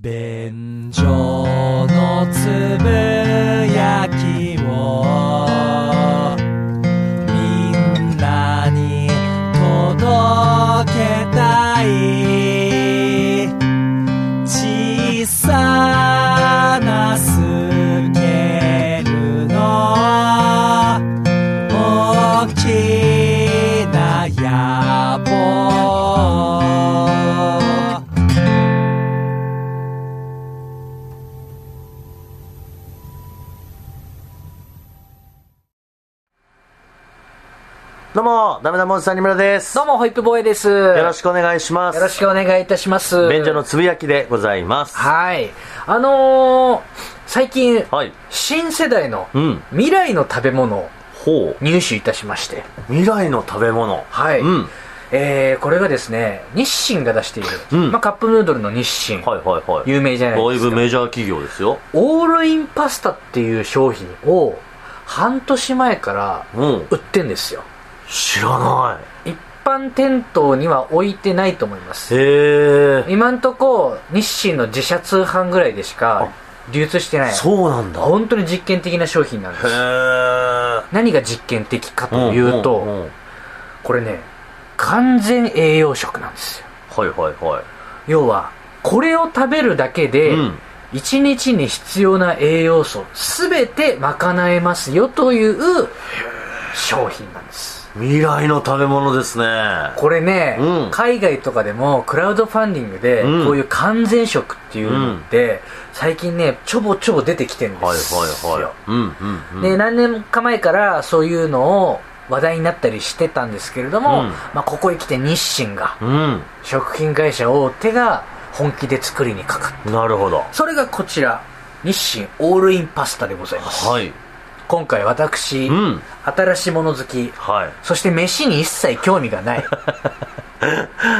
便所のつぶやきをみんなに届けたい小さなスケールの大きな野望どうも、ダメダモンさん、にむらです。どうも、ホイップボーイです。よろよしくお願いします。ろしくお願いいたします。便所のつぶやきでございます。はい。あのー、最近、はい。新世代のうん。未来の食べ物をほう。入手いたしまして、未来の食べ物。はい。うん。えー、これがですね、日清が出している、うんまあ、カップヌードルの日清、はいはいはい。有名じゃないだでいすぶか。メジャー企業ですよ。オールインパスタっていう商品を、半年前からうん。売ってんですよ。知らな一般店頭には置いてないと思いますい。。へえ。今んとこ日清の自社通販ぐらいでしか流通してないそうなんだ。へ本当に実験的な商品なんですえ。何が実験的かというと、んんうんこれね完全栄養食なんですよはいはいは要はこれを食べるだけい。で、うん。一日に必要な栄養素全て賄えますよという商品なんです未来の食べ物ですね。これね、うん海外とかでもクラウドファンディングで、うんこういう完全食っていうのって、最近ねちょぼちょぼ出てきてるんではいすよ、はいはい。うんうんうん。で何年か前からそういうのを話題になったりしてたんですけれども、うんまあ、ここへ来て日清がう食品会社大手が本気で作りにかかったん。なるほど。それがこちら日清オールインパスタでございます、はい。今回私、うん。新しいもの好きはい。そして飯に一切興味がない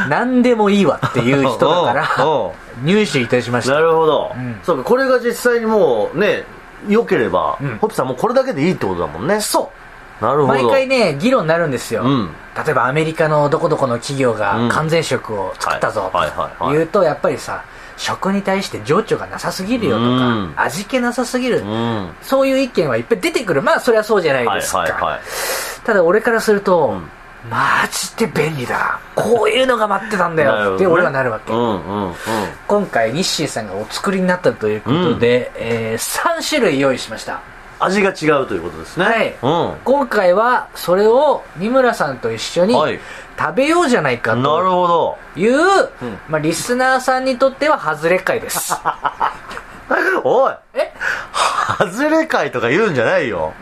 何でもいいわっていう人だおかうおうら入手いたしましたなるほど、うんそうかこれが実際にもうね良ければ、うんホップさんもうこれだけでいいってことだもんねそなるうほど毎回ね議論になるんですよ、うん例えばアメリカのどこどこの企業うんが完全食を作ったぞはいはいはいとはい言うとやっぱりさ食に対して情緒がなさすぎるよとうんか味気なさすぎるうんそういう意見はいっぱい出てくるまあそれはそうじゃないはいですか、はいはいただ俺からすると、んマジで便利だこういうのが待ってたん だなるほよどっねて俺はなるわけ、うんうんうん今回日清さんがお作りになったということで、え3種類用意しました味が違うということですねはいうん今回はそれを二村さんと一緒にはい食べようじゃないなかるとほどいう、まあ、リスナーさんにとっては外れ会です おいえ外れ会とか言うんじゃない よ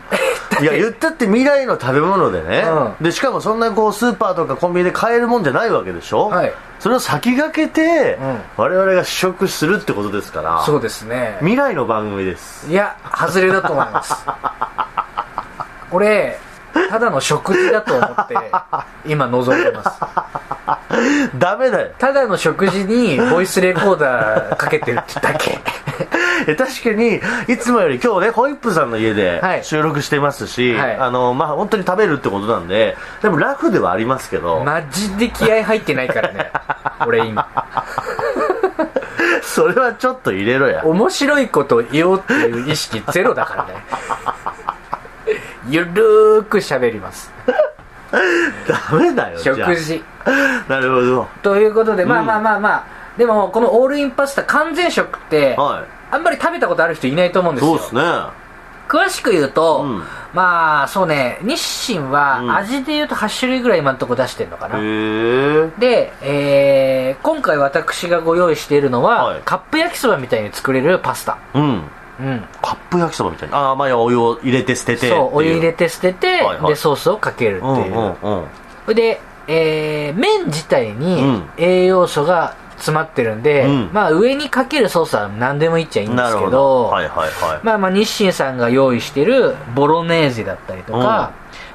いや言ったって未来の食べ物でね、うでしかもそんなこうスーパーとかコンビニで買えるもんじゃないわけでしょ、はいそれを先駆けて、うん我々が試食するってことですからそうですね未来の番組ですいや外れだと思いますこれただの食事だと思 って今望んでますダメ だよただの食事にボイスレコーダーかけてるだけ え確かにいつもより今日ねホイップさんの家ではい収録してますし、はいあのまあ本当に食べるってことなんででもラフではありますけど、マジで気合入ってないからね俺今 それはちょっと入れろや面白いこと言おうっていう意識ゼロだからね ゆるーく喋りますダメだよじゃあ食事 なるほどということでまあまあまあまあ、でもこのオールインパスタ完全食って、はあんまり食べたことある人いないと思うんいですよそうですね詳しく言うと、うんまあそうね日清うんは味で言うと8種類ぐらい今のとこ出してるのかな、へえで、えー今回私がご用意しているのは、はいカップ焼きそばみたいに作れるパスタ、うんうん、カップ焼きそばみたいなああまあお湯を入れて捨ててそうお湯入れてて捨てて、はいはいでソースをかけるってうんいうう、んうんで、えー麺自体うにん栄養素が詰まってるんで、うんまあ上にかけるソースは何でもいいっちゃいいんでなすけるどほどはいはいはい、まあまあ日清さんが用意してるボロネーゼだったりとか、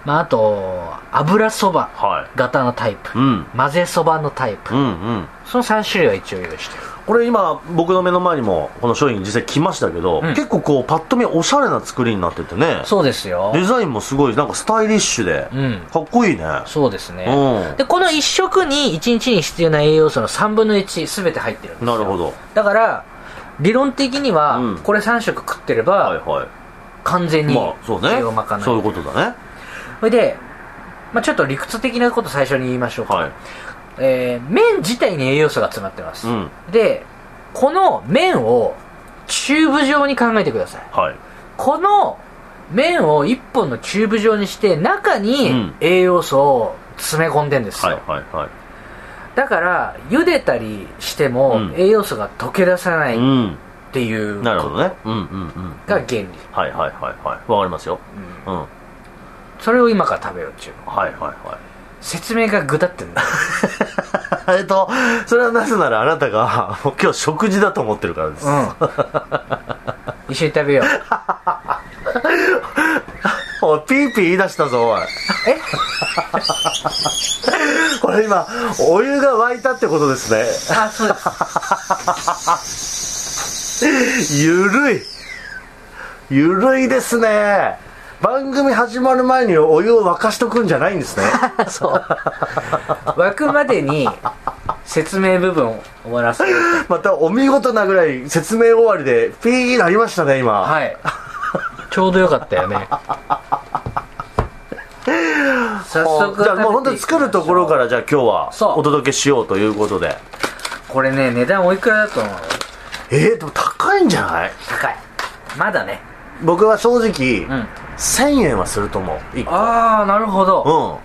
まああと油そばはい型のタイプ、うん混ぜそばのタイプ、うんうんその3種類は一応用意してるこれ今僕の目の前にもこの商品実際来ましたけど、うん結構こうパッと見おしゃれな作りになっててねそうですよデザインもすごいなんかスタイリッシュで、うんかっこいいねそうですね、うでこの1食に1日に必要な栄養素の3分の1全て入ってるんですんよなるほどだから理論的には、うんこれ3食食ってれはいばは完全いにまあそうね栄養まかない、そういうことだねそれで、まあ、ちょっと理屈的なこと最初に言いましょうか、はいえー麺自体に栄養素が詰まってます、うんでこの麺をチューブ状に考えてくださいはいこの麺を1本のチューブ状にして中うにん栄養素を詰め込んでんですはいよ、はいはいだから茹でたりしてもうん栄養素が溶け出さないっうんていうなるほことどねうんうんうんが原理、はいはいはいはいわかりますようんうんはいそれを今から食べようっていうのはいはい 説明がぐだってんだえっと、それはなぜならあなたが、もう今日食事だと思ってるからです。うん一緒に食べようおい、ピーピー言い出したぞ、おい。え これ今、お湯が沸いたってことですね。あそうで すゆるい。ゆるいですね。番組始まる前にお湯を沸かしとくんじゃないん ですね。そう沸くまでに説明部分を終わらせるまたお見事なぐらい説明終わりでピーなりましたね、今。はいちょうどよかったよね早速じゃあもう本当に作るところかららじゃあ今日はそうお届けしようということで。これね値段おいくらだと思うえー、でも高いんじゃない高いまだね僕は正直、うん1000円はすると思う。一個ああなるほうど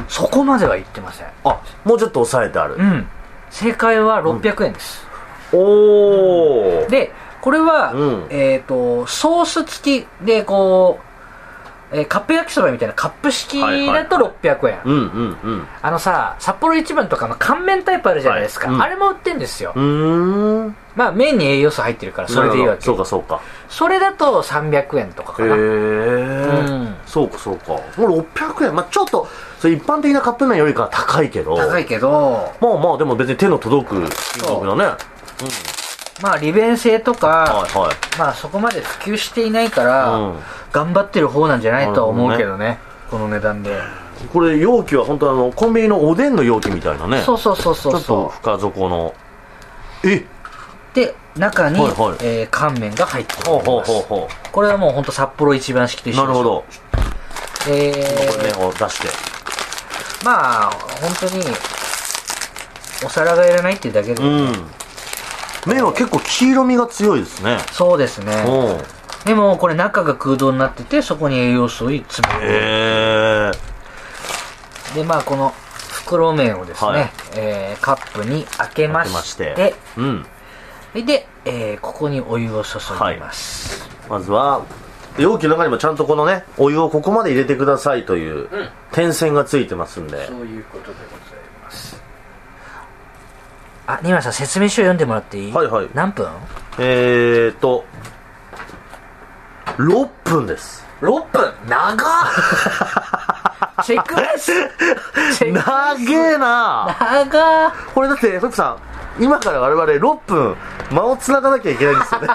ん。そこまでは言ってませんあ、もうちょっと抑えてある。うん正解は600円です、おー。でこれは、うんえっ、とソース付きでこう、えーカップ焼きそばみたいなカップ式はいはいだと600円、うんうんあのさ札幌一番とかの乾麺タイプあるじゃないですか、はいうんあれも売ってんですよ、うん。うーん。まあ麺に栄養素入ってるからそれでいいわけなるほどそうかそれだと300円とそうかかか。な、へうんー。そうかそうか。これ600円。まあちょっと、それ一般的なカップ麺よりかは高いけど。高いけどまあまあでも別に手の届く金額だね。まあ利便性とか、はいはい。まあそこまで普及していないから、うん頑張ってる方なんじゃないとは思うけどねこの値段でこれ容器は本当あの、コンビニのおでんの容器みたいなね。そうそうそうそうちょっとそ深底の。えうで中に、はいはいえー乾麺が入ってほうおりほうますほうほこれはもう本当札幌一番式とう。一緒なるほど。ですえこれー、麺を出して。まあ本当にお皿がいらないっていうだけで、うん。麺は結構黄色みが強いですね。そうですねうん。でもこれ中が空洞になっててそこに栄養素を詰める、えでまあこの袋麺をですね、はいえーカップに開けま開けまししててえうん。で、えーここにお湯を注ぎます、まずは、容器の中にもちゃんとこのね、お湯をここまで入れてくださいという、うん点線がついてますんで。ういうことでございますあ二枚さん説明書読んでもらっていいはいはい何分えーっと、6分です。 6分 長っチェックレス チェック長えな長っこれだって、フップさん、今から我々6分、間を繋がなきゃいけないんですよね。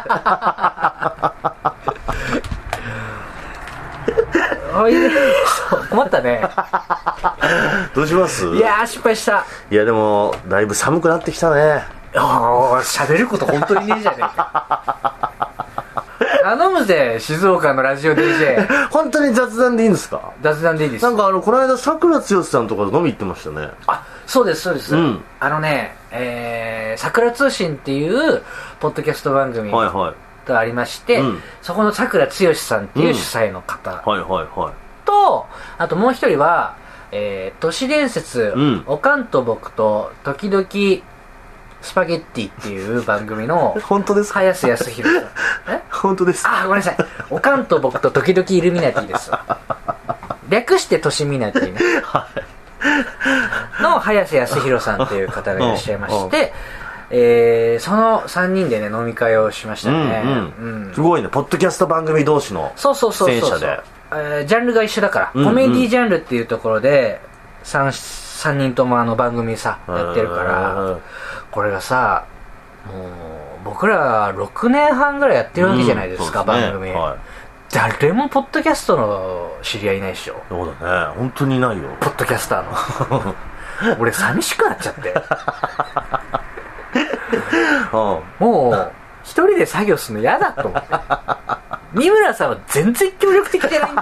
おいそう困ったね どうしますいやー失敗したいやでも、だいぶ寒くなってきたね。おー喋ること本当にねえじゃねえか 頼むぜ静岡のラジオ DJ 本当に雑談でいいんですか雑談でいいですなんかあの、この間、桜剛さんとかと飲み行ってましたね。あそうですそうです、うんあのねえー、桜通信っていうポッドキャスト番組はいはい。がありまして、うんそこの桜剛さんっていううん主催の方はいはいはい。と、あともう一人は、えー、都市伝説、うんおかんと僕と時々スパゲッティっていう番組の本当ですか早瀬康弘さんえ本当ですあごめんなさいおかんと僕と時々イルミナティです略して都市ミナティねの早瀬康弘さんという方がいらっしゃいましうて、えーその3人でね飲み会をしましたうねんううんんすごいねポッドキャスト番組同士のそうそうそうそう出そ演者でう、えージャンルが一緒だから、うんうんコメディジャンルっていうところで 3, 三人ともあの番組さやってるからこれがさもう僕ら6年半ぐらいやってるわけじゃないですか、うんそう番ね組、は誰もポッドキャストの知り合いいないでしょいそうだね本当にいない よポッドキャスターの俺寂しくなっちゃってうもう一人で作業するの嫌だと思 って三村さんは全然協力的じゃないん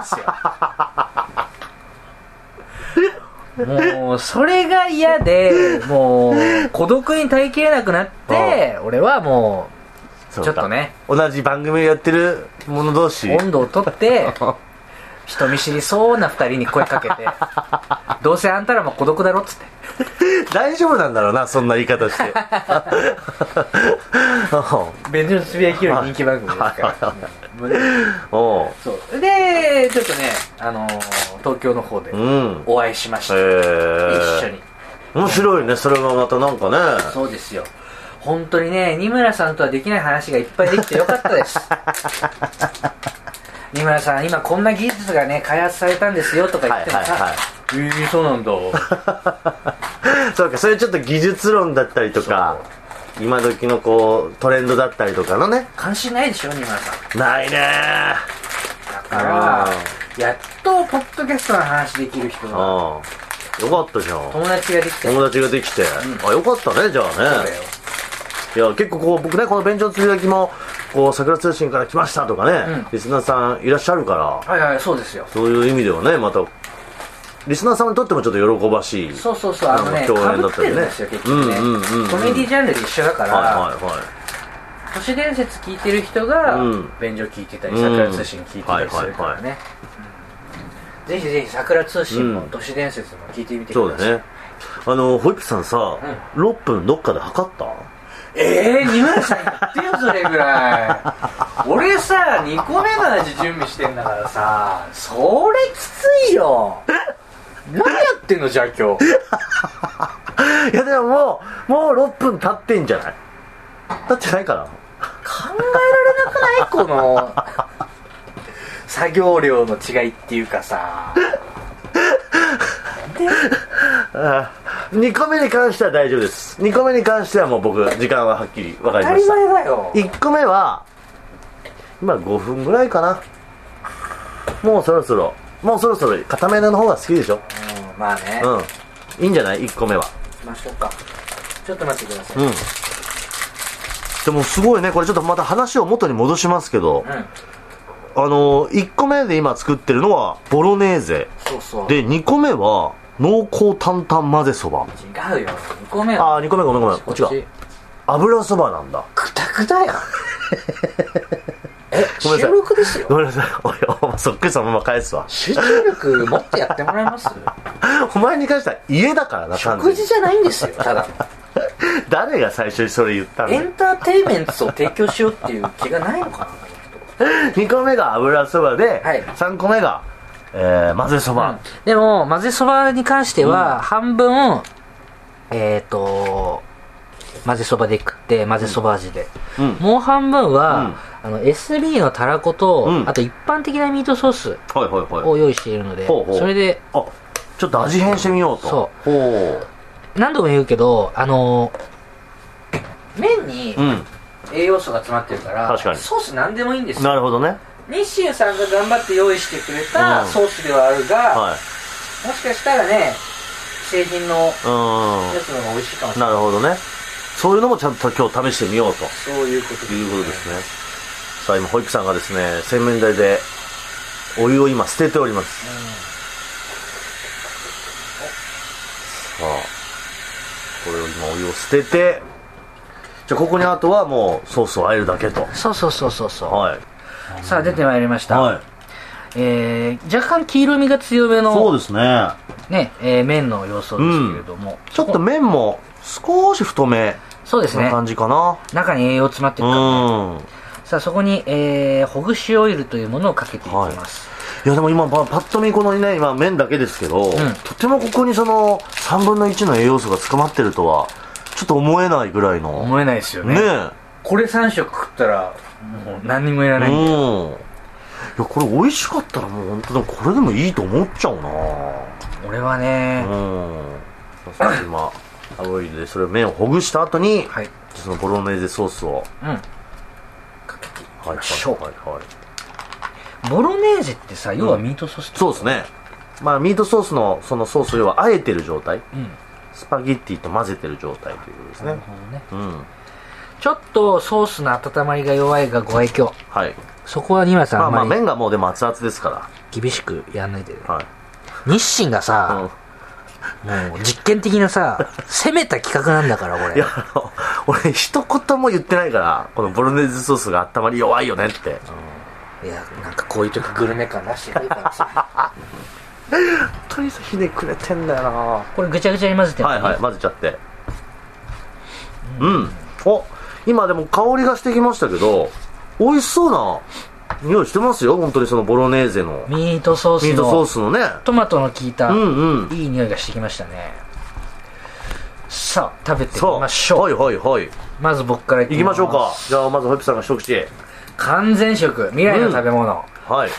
ですよもうそれが嫌でもう孤独に耐えきれなくなって俺はもそうちょだっとね同じ番組をやってる者同士う温度を取って人見知りそうな二人に声かけてどうせあんたらも孤独だろっつって大丈夫なんだろうなそんな言い方して 便所のつぶやきより人気番組ですからおう そうでちょっとね、あのー東京の方でうんお会いしましへた、え一緒に面白いねそれがまたなんかねそうですよ本当にね二村さんとはできない話がいっぱいできてよかったです 二村さん今こんな技術がね開発されたんですよとか言ってもさ、はいはいはいえーそうなんだそうかそれちょっと技術論だったりとか今時のこうトレンドだったりとかのね関心ないでしょ二村さんないねだからあやっとポッドキャストの話できる人うんがよかったじゃん友達ができて友達ができて、あよかったねじゃあねいや結構こう僕ねこの便所のつぶやきもこう桜通信から来ましたとかね、うんリスナーさんいらっしゃるからはいはいそうですよそういう意味ではねまたリスナーさんにとってもちょっと喜ばしいそうそうそうあのね共演だっかぶたっりてるねんですよ結局ねうんうんうんうんコメディジャンルで一緒だから、はいはいはい都市伝説聞いてる人が、うん便所聞いてたりうん桜通信聞いてたりするかはらね、いはいうんぜひぜひ桜通信も、うん都市伝説も聞いてみてそくうだださいねあのホイップさんさ、う6分どっかで測ったええー、二村さんやってよそれぐら い俺さ2個目の味準備してんだからさそれきついよ何やってんのじゃあ今日いやでももうもう6分経ってんじゃない経ってないかな考えられなくないこの作業量の違いっていうかさ2個目に関しては大丈夫です2個目に関してはもう僕時間ははっきり分か当りたまりした前だよ1個目は今5分ぐらいかなもうそろそろもうそろそろ固めの方が好きでしょうんまあね、うんいいんじゃない1個目は行きましょうかちょっと待ってください、うんでもすごいねこれちょっとまた話を元に戻しますけど、うんあの1個目で今作ってるのはボロネーゼそうそう違で2個目は濃厚担々混ぜそばうよ2個目はああ2個目ごめんごめんこっちが油そばなんだクタク タやんえごめんなさい収録ですよごめんなさいおいお前そっくりそのまま返すわ集中力持ってやってもらえ ますお前に関しては家だからな完全食に事じゃないんです よただ誰が最初にそれ言ったのエンターテインメントを提供しようっていう気がないのかな2個目が油そばで、はい3個目が、えー、混ぜそば、でも混ぜそばに関しては半分、えっ、と混ぜそばで食って混ぜそば味で、うんもう半分は、あの SB のたらこと、うんあと一般的なミートソースはいはいはいを用意しているので、ほうほうそれであちょっと味変してみようとそうほ何度も言うけどあの麺にううん栄養素が詰まってるから確かにソース何でもいいんですよなるほどね日清さんが頑張って用意してくれたうんソースではあるが、はいもしかしたらね製品のやうーつの方が美味しいかもしんれなないるほどねそういうのもちゃんと今日試してみようとそういうことです、ね、いうことですねさあ今保育さんがですね洗面台でお湯を今捨てておりますさあこれを今お湯を捨ててじゃあここにあとはもうソースをあえるだけとそうそうそうそうそう、はいさあ出てまいりました、はいえー、若干黄色みが強めそうの、ですねねえー麺の様相ですけれども、ちょっと麺も少し太めそうですなね感じかな。中に栄養詰まってうるから、ん。さあそこに、えー、ほぐしオイルというものをかけていきます、いやでも今パパッと見このね今麺だけですけど、んとてもここにその3分の1の栄養素が捕まってるとはちょっと思えないぐらいのえないですよねこれ3食食ったらもう何にもいらえうんいやこれ美味しかったらもう本当でもこれでもいいと思っちゃうな俺はね、うんさあ今青いでそれを麺をほぐした後に、はいそのボロネーゼソースをうんかけていきはいましょう、はいはいボロネーゼってさ要はミートソースってそうですねまあミートソースのそのソース要はあえてる状態うんスパゲッティと混ぜてる状態ということですねなるほどねうんちょっとソースの温まりが弱いがご愛嬌はいそこは二村さんまああんまあまり麺がもうでも熱々ですか厳しくやんないでねらはい日清がうさんもう実験的なさ攻めた企画なんだからこいれやあの 俺一言も言ってないからこのボロネーズソースが温まり弱いよねっていやなんかこういう時グルメ感出してくれからさ本当にさひねくれてんだよなはこれぐちゃぐちゃに混ぜていんのはい混ぜちゃってうんお今でも香りがしてきましたけど美味しそうな匂いしてますよ本当にそのボロネーゼのミートソースミートソーのスのねトマトの効いたうんうんいい匂いがしてきましたねさあ食べてみそうましょうはいはいはいまず僕からい行きましょうかじゃあまずホイップさんが一口完全食未来の食べ物、はい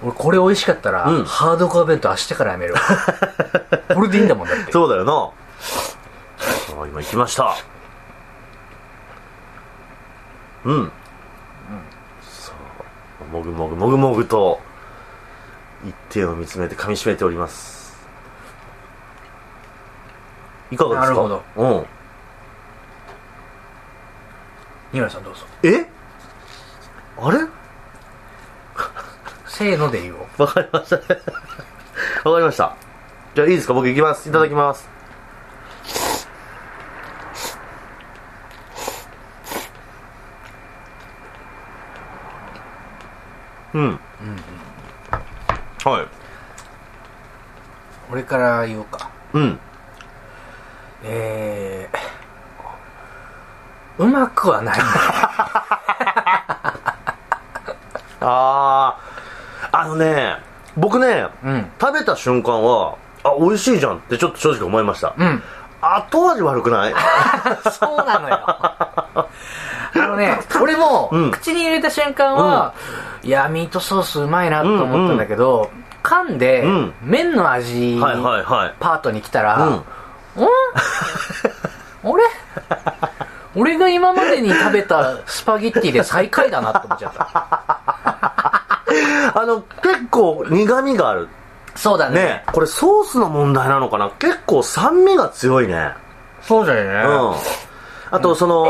俺これ美味しかったら、うんハードコア弁当明日からやめ るわこれでいいんだもんだってそうだよなあ今行きましたうん、そうもぐもぐもぐもぐと一点を見つめて噛みしめておりますいかがですかなるほどうん、二村さんどうぞえあれせーので言おうわかりましたわかりましたじゃあいいですか僕行きますいただきますうん、はい俺から言おうかうんえー、うまくはないんだあああのね僕ね、うん食べた瞬間はあ美味しいじゃんってちょっと正直思いました、うん後味悪くないそうなのよ あのね俺も、うん口に入れた瞬間は、いやミートソースうまいなと思ったんだけど、噛んで、うん麺の味、はいはいはいパートに来たら、うん、俺俺が今までに食べたスパゲッティで最下位だなって思っちゃった。あの、結構苦味がある。 そうだね。ねこれソースの問題なのかな結構酸味が強いね。そうだうん。よね。あと、その、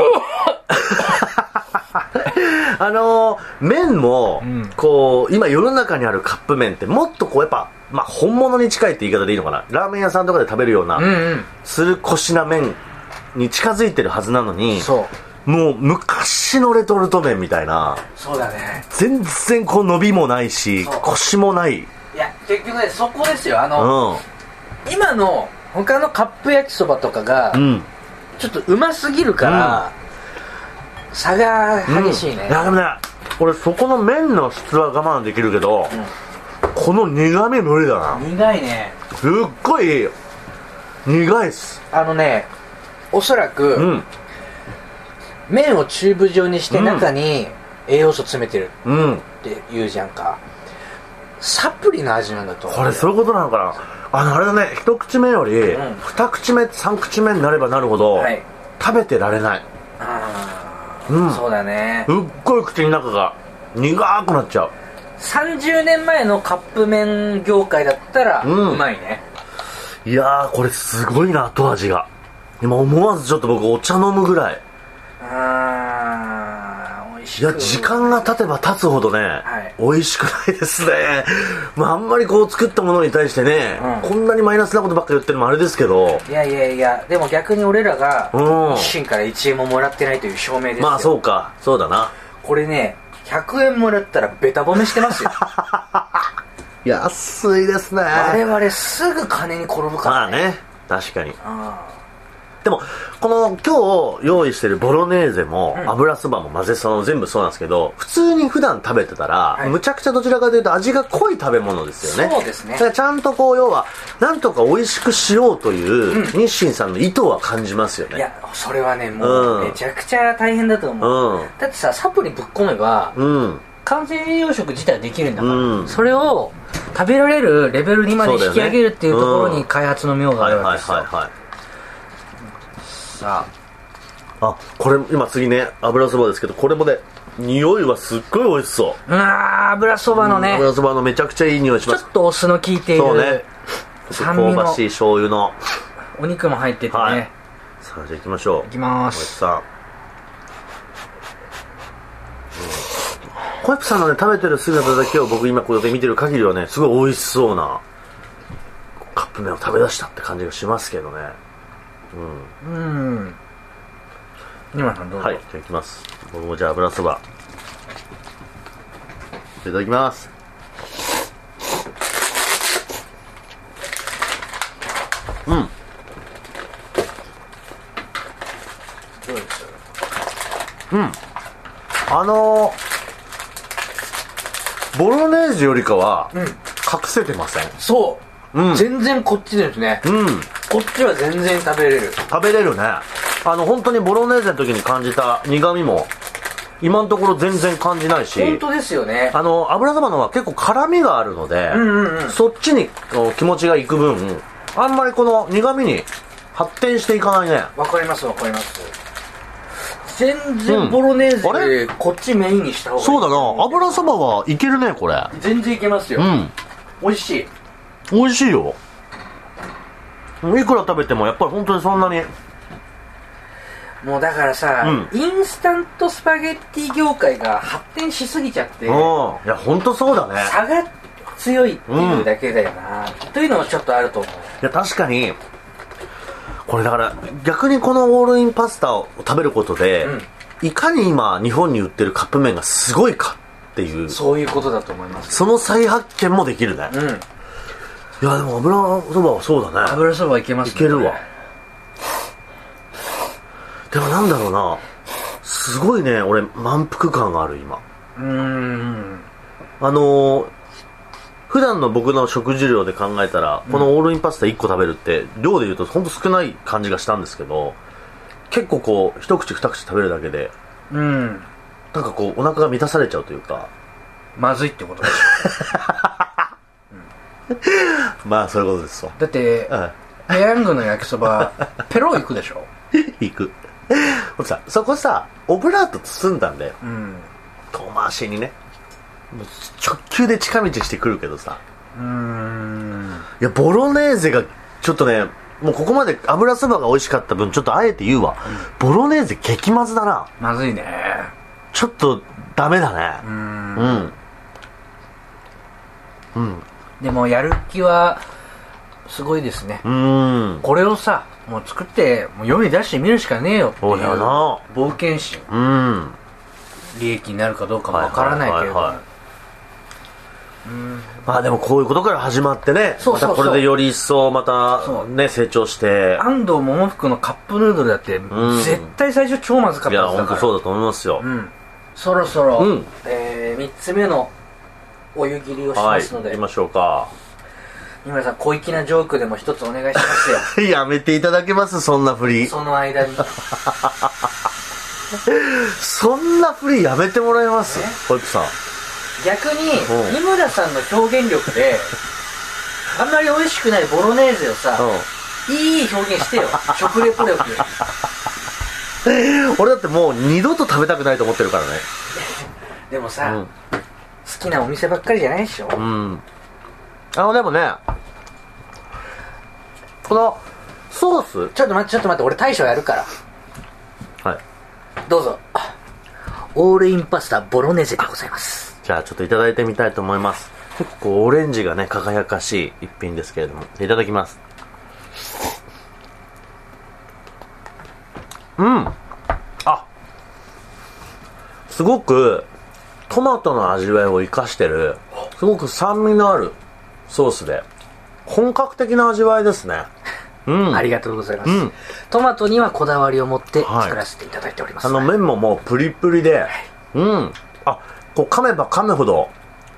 あの、麺もうん、こう、今世の中にあるカップ麺ってもっとこう、やっぱ、まあ、本物に近いって言い方でいいのかなラーメン屋さんとかで食べるよううんな、うん。するこしな麺に近づいてるはずなのに、そう。もう昔のレトルト麺みたいな、そうだね。全然こう伸びもないし、そうコシもない。いや、結局ね、そこですよ。あうの、ん。今の他のカップ焼きそばとかがう、ん。ちょっとうますぎるから、差が激しいねうん、。やでもね俺そこの麺の質は我慢できるけど、この苦味無理だな苦いね。すっごい苦いっすあのね、おそらく、うん麺をチューブ状にしてうん中に栄養素詰めてるうんって言うじゃんかサプリの味なんだと思うこれそういうことなのかなあのあれだね一口目よりうん二口目三口目になればなるほど、はい食べてられないあーうんそうだねすっごい口の中が苦くなっちゃう30年前のカップ麺業界だったらうんうまいね、いやーこれすごいな後味が今思わずちょっと僕お茶飲むぐらいあー美味しいいや、時間が経てば経つほどね、い美味しくないですね。まあ、あんまりこう作ったものに対してね、うんこんなにマイナスなことばっかり言ってるのもあれですけど、いやいやいやでも逆に俺らがうん一心から1円ももらってないという証明ですよまあそうか、そうだな。これね100円もらったらベタ褒めし てますよ安いですね。我々すぐ金に転ぶまかあね、確かに。ら、うんでも、この今日用意してるボロネーゼも、うん油そばも混ぜそばも全部そうなんですけど、普通に普段食べてたら、はいむちゃくちゃどちらかというと味が濃い食べ物ですよね。そうですねだからちゃんとこう、要は、なんとか美味しくしようという、日清さんの意図は感じますよね。いやそれはねもううんめちゃくちゃ大変だと思うう、ん。だってさサプリぶっ込めばうん。完全栄養食自体はできるんだから、うんそれを食べられるレベルにまでそうだ引よきね上げるっていうところうにん開発の妙があはいるはわいけですよ、はいはい。さあ、これ、今次ね、油そばですけど、これもね、匂いはすっごい美味しそう。あうわー油そばのね、油そばのめちゃくちゃいい匂いしちょまっす。とお酢の効いているそうね。ちょっと酸香味ばのしい醤油の。お肉も入っててね、はいいさあ、じゃあ行きましょう。きまおやじすさん。コエプさんのね食べてる姿だけを僕今こうやって見てる限りはねすごい美味しそうなカップ麺を食べ出したって感じがしますけどねうん今さんどうぞはいじゃあいきます僕もじゃあ油そばいただきますうんどうですあのーボロネーゼよりかはうん隠せてませんそう、うん全然こっちですねうんこっちは全然食べれる食べれるねあの本当にボロネーゼの時に感じた苦味も今のところ全然感じないし本当ですよねあの油そばの方は結構辛みがあるので、うんうんうんそっちにこう気持ちがいく分あんまりこの苦味に発展していかないねわかりますわかります全う然んボロネーゼあでこっちメインにした方がいいそうだな油そばはいけるねこれ全然いけますよ、うん美味しい美味しいよいくら食べてもやっぱり本当にそんなにもうだからさ、うインスタントスパゲッティ業界が発展しすぎちゃって、うんいや本当そうだね差が強いっていうだけだよな、というのもちょっとあると思いうや確かにこれだから逆にこのオールインパスタを食べることで、いかに今日本に売ってるカップ麺がすごいかっていうそそういうことだと思いますの再発見もできるね、うんいやでも油そばはそうだね油そばいけますねいけるわこでもなんだろうなすごいね俺満腹感がある今れうーんあのー普段の僕の食事量で考えたら、このオールインパスタ1個食べるって、量で言うとほんと少ない感じがしたんですけど、結構こう、一口二口食べるだけで、うんなんかこう、お腹が満たされちゃうというか、まずいっ てことでしまあそういうことですわょ。だってうペヤングの焼き そばペロいくでしょん。行く。僕さ、そこさ、オブラート包んだんだよ。うん遠回しにね。もう直球で近道してくるけどさ。うーんいや、ボロネーゼが、ちょっとね、もうここまで油そばが美味しかった分、ちょっとあえて言うわ。ボロネーゼ激まずだな。まずいねちょっと、ダメだうね。うんん。うん。でもやる気はすごいですね、うん。これをさもう作ってもう世に出してみるしかねえよっていうそうだよな冒険心うん。利益になるかどうかもわからないけれどははもはまあでもこういうことから始まってねそうそうそうまたこれでより一層まそたうね成長して安藤桃福のカップヌードルだってん絶対最初超まずかっいやたはずだ本当からそうだと思いますよ、うんそろそろ、うんえ3つ目のお湯切りをしはまいすの行で、きましょうか二村さん小粋なジョークでも一つお願いしますよやめていただけますそんなふりそその間にんなふりやめてもらえますホイップさん逆うん に二村さんの表現力であんまり美味しくないボロネーゼをさ、いい表現してよ食レポ力うん俺だってもう二度と食べたくないと思ってるからねでもさ、うん好きなお店ばっかりじゃないでしょ、うんあのでもねこのソーちょっと待ってちょっと待って俺大将やるからスはいどうぞあオールインパスタボロネーゼでございますじゃあちょっといただいてみたいと思います結構オレンジがね輝かしい一品ですけれどもいただきますうんあすごくトマトの味わいを生かしてるすごく酸味のあるソースで本格的な味わいですねうんありがとうございます、うんトマトにはこだわりを持ってはい作らせていただいております、あの麺ももうプリプリで、うん。あ、こう噛めば噛むほど、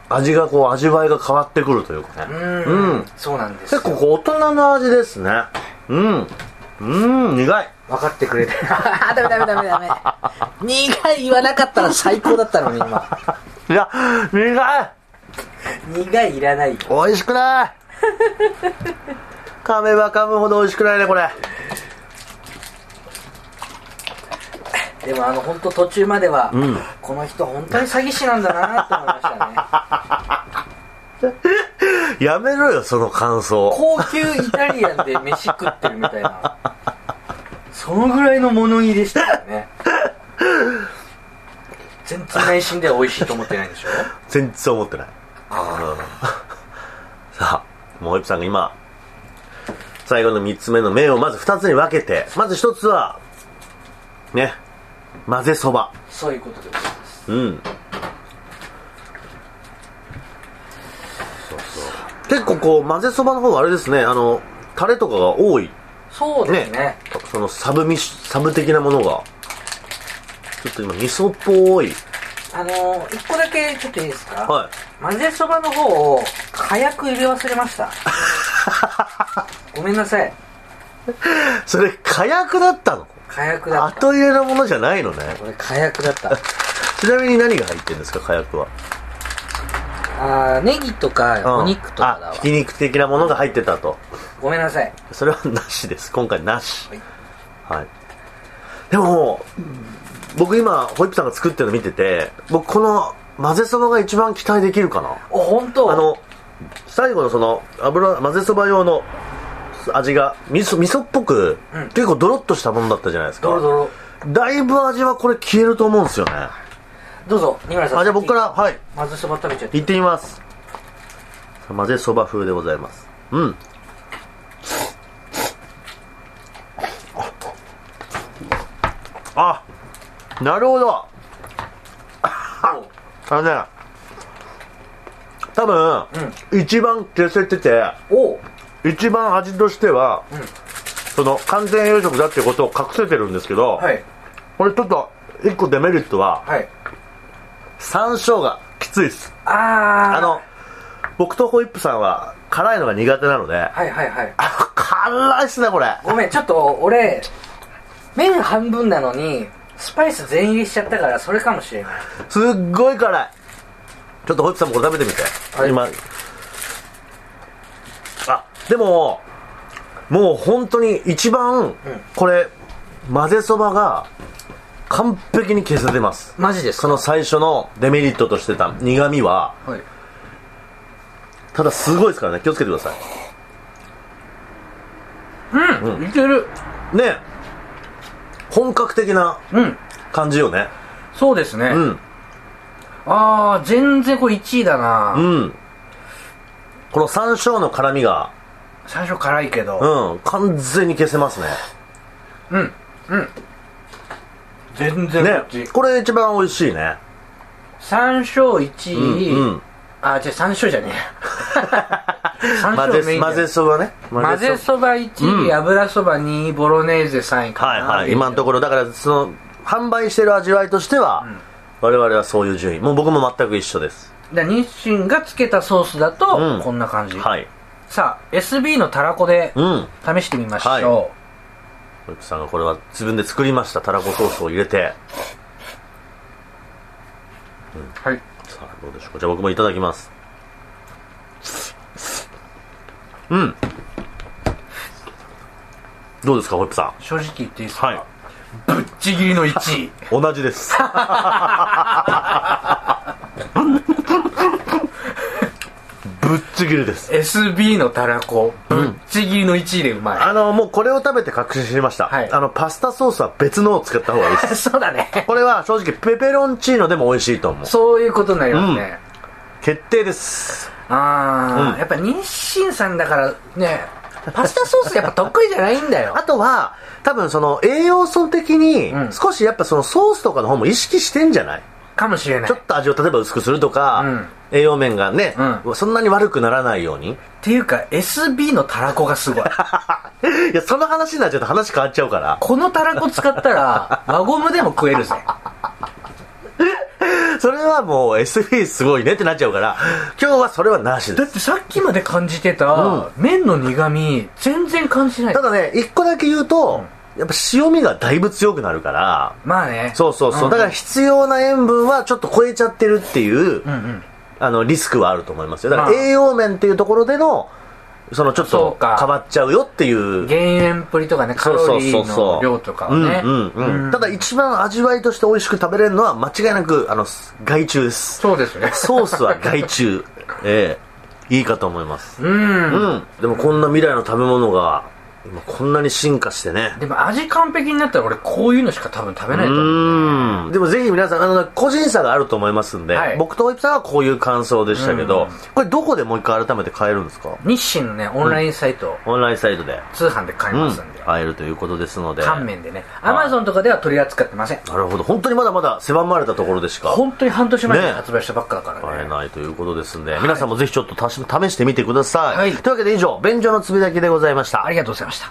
味がこう、味わいが変わってくるというかね。うん、うんそうなんですよ結構こう大人の味ですね。うん。うん、苦い。分かって くれてあダメダメダメダメ苦い言わなかったら最高だったのに今いや、苦い苦いいらない美味しくない 噛めば噛むほど美味しくないね、これ。でもあの本当途中までは、んこの人本当に詐欺師なんだなと思いましたねやめろよ、その感想。高級イタリアンで飯食ってるみたいな そのぐらいの物言いでしたよね全然内心では美味しいと思ってないんでしょ全然思ってないうん さあもうエプさんが今最後の3つ目の麺をまず2つに分けてまず1つはね混ぜそばそういうことでございまうすん結構こう混ぜそばの方はあれですねあのタレとかが多いそうですねねそのサブミシサブ的なものがちょっと今味噌っぽいあのー、一個だけちょっといいですかはい混ぜそばの方を火薬入れ忘れました ごめんなさいいそれ火薬だったの火薬だった後入れのものじゃないのねこれ火薬だったちなみに何が入ってるんですか火薬は、あーネギとうんかお肉とかだあわひき肉的なものが入ってたとごめんなさいそれはなしです今回なしはい、でも僕今ホイップさんが作ってるの見てて僕この混ぜそばが一番期待できるかなお本当あの最後のその油混ぜそば用の味が味噌味噌っぽく、うん結構ドロッとしたものだったじゃないですかドロドロだいぶ味はこれ消えると思うんですよねあどうぞ二村じさんゃあ僕からはいまずそば食べちゃって行ってみます混ぜそば風でございますうんあなるほどあのね多分、一番消せてておう一番味としては、んその完全栄養食だっていうことを隠せてるんですけど、はいこれちょっと一個デメリットは、はい山椒がきついですあああの僕とホイップさんは辛いのが苦手なので、はいはいはいあ辛いっすねこれごめんちょっと俺麺半分なのにスパイス全入りしちゃったからそれかもしれないすっごい辛いちょっとホイップさんもこれ食べてみて、はい今あでももう本当に一番これ、混ぜそばが完璧に消せてますマジでその最初のデメリットとしてた苦味ははいただすごいですからね気をつけてくださうんいけるいね本格的なうん感じよねそうですねうんああ全然これ1位だなうんこの山椒の辛みが最初辛いけどうん完全に消せますね全然ねこれ一番美味しいね山椒1位、うんうんあ違う山椒じゃね え混山椒メイぜンだ混ぜそばね混ぜそば1位、うん油そば2位ボロネーゼ3位かはいなはい今のところだからその販売してる味わいとしては、我々はそういう順位もう僕も全く一緒ですだから日清がつけたソースだと、うんこんな感じ、はいさあ SB のたらこでうん試してみましょう、はホイップさんがこれは自分で作りましたたらこソースを入れてはいさあどうでしょうかじゃあ僕もいただきますうんどうですかホイップさん正直言っていいですか、はいぶっちぎりの1位同じですぶっちぎりです SB のたらこぶっちぎりの1位でうまい、あのもうこれを食べて確信しました、はいあのパスタソースは別のを使った方がいいですそうだねこれは正直ペペロンチーノでも美味しいと思うそういうことになりますね、決定ですああ、うんやっぱ日清さんだからねパスタソースやっぱ得意じゃないんだよあとは多分その栄養素的にうん少しやっぱそのソースとかの方も意識してんじゃない、かもしれないちょっと味を例えば薄くするとか、うん栄養面がね、うそんなに悪くならないように っていうか SB のたらこがすごいいやその話になっちゃうと話変わっちゃうから このたらこ使ったら輪ゴムでも食える ぜそれはもう SB すごいねってなっちゃうから今日はそれはなしでだっすてさっきまで感じてた、う麺の苦味全然感じないただね一個だけ言うと、やっぱ塩味がだいぶ強くなるからまあねそうそうそう、んだから必要な塩分はちょっと超えちゃってるっていう、うんうんあのリスクはあると思いますよだかまらあ栄養面っていうところでのそのちょっそうと変かわっちゃうよっていう減塩プリとかねカそうロそうリそうーそのう量とかはねうんうんうんただ一番味わいとして美味しく食べれるのは間違いなくあの害虫ですそうですねソースは害虫ええいいかと思いますうんうんでもこんな未来の食べ物が今こんなに進化してねでも味完璧になったら俺こういうのしか多分食べないと思ううんでもぜひ皆さんあの個人差があると思いますんで、はい僕とおいさんはこういう感想でしたけど、これどこでもう一回改めて買えるんですか日清のねオンラインサイト、オンラインサイトで、通販で買いうまんすんで、会えるということですので乾麺でねアマゾンとかでは取り扱ってませんなるほど本当にまだまだ狭まれたところでしか本当に半年前にね発売したばっかだからね買えないということですんで、皆さんもぜひちょっとたし試してみてください、はいというわけで以上便所のつぶやきでございましたありがとうございました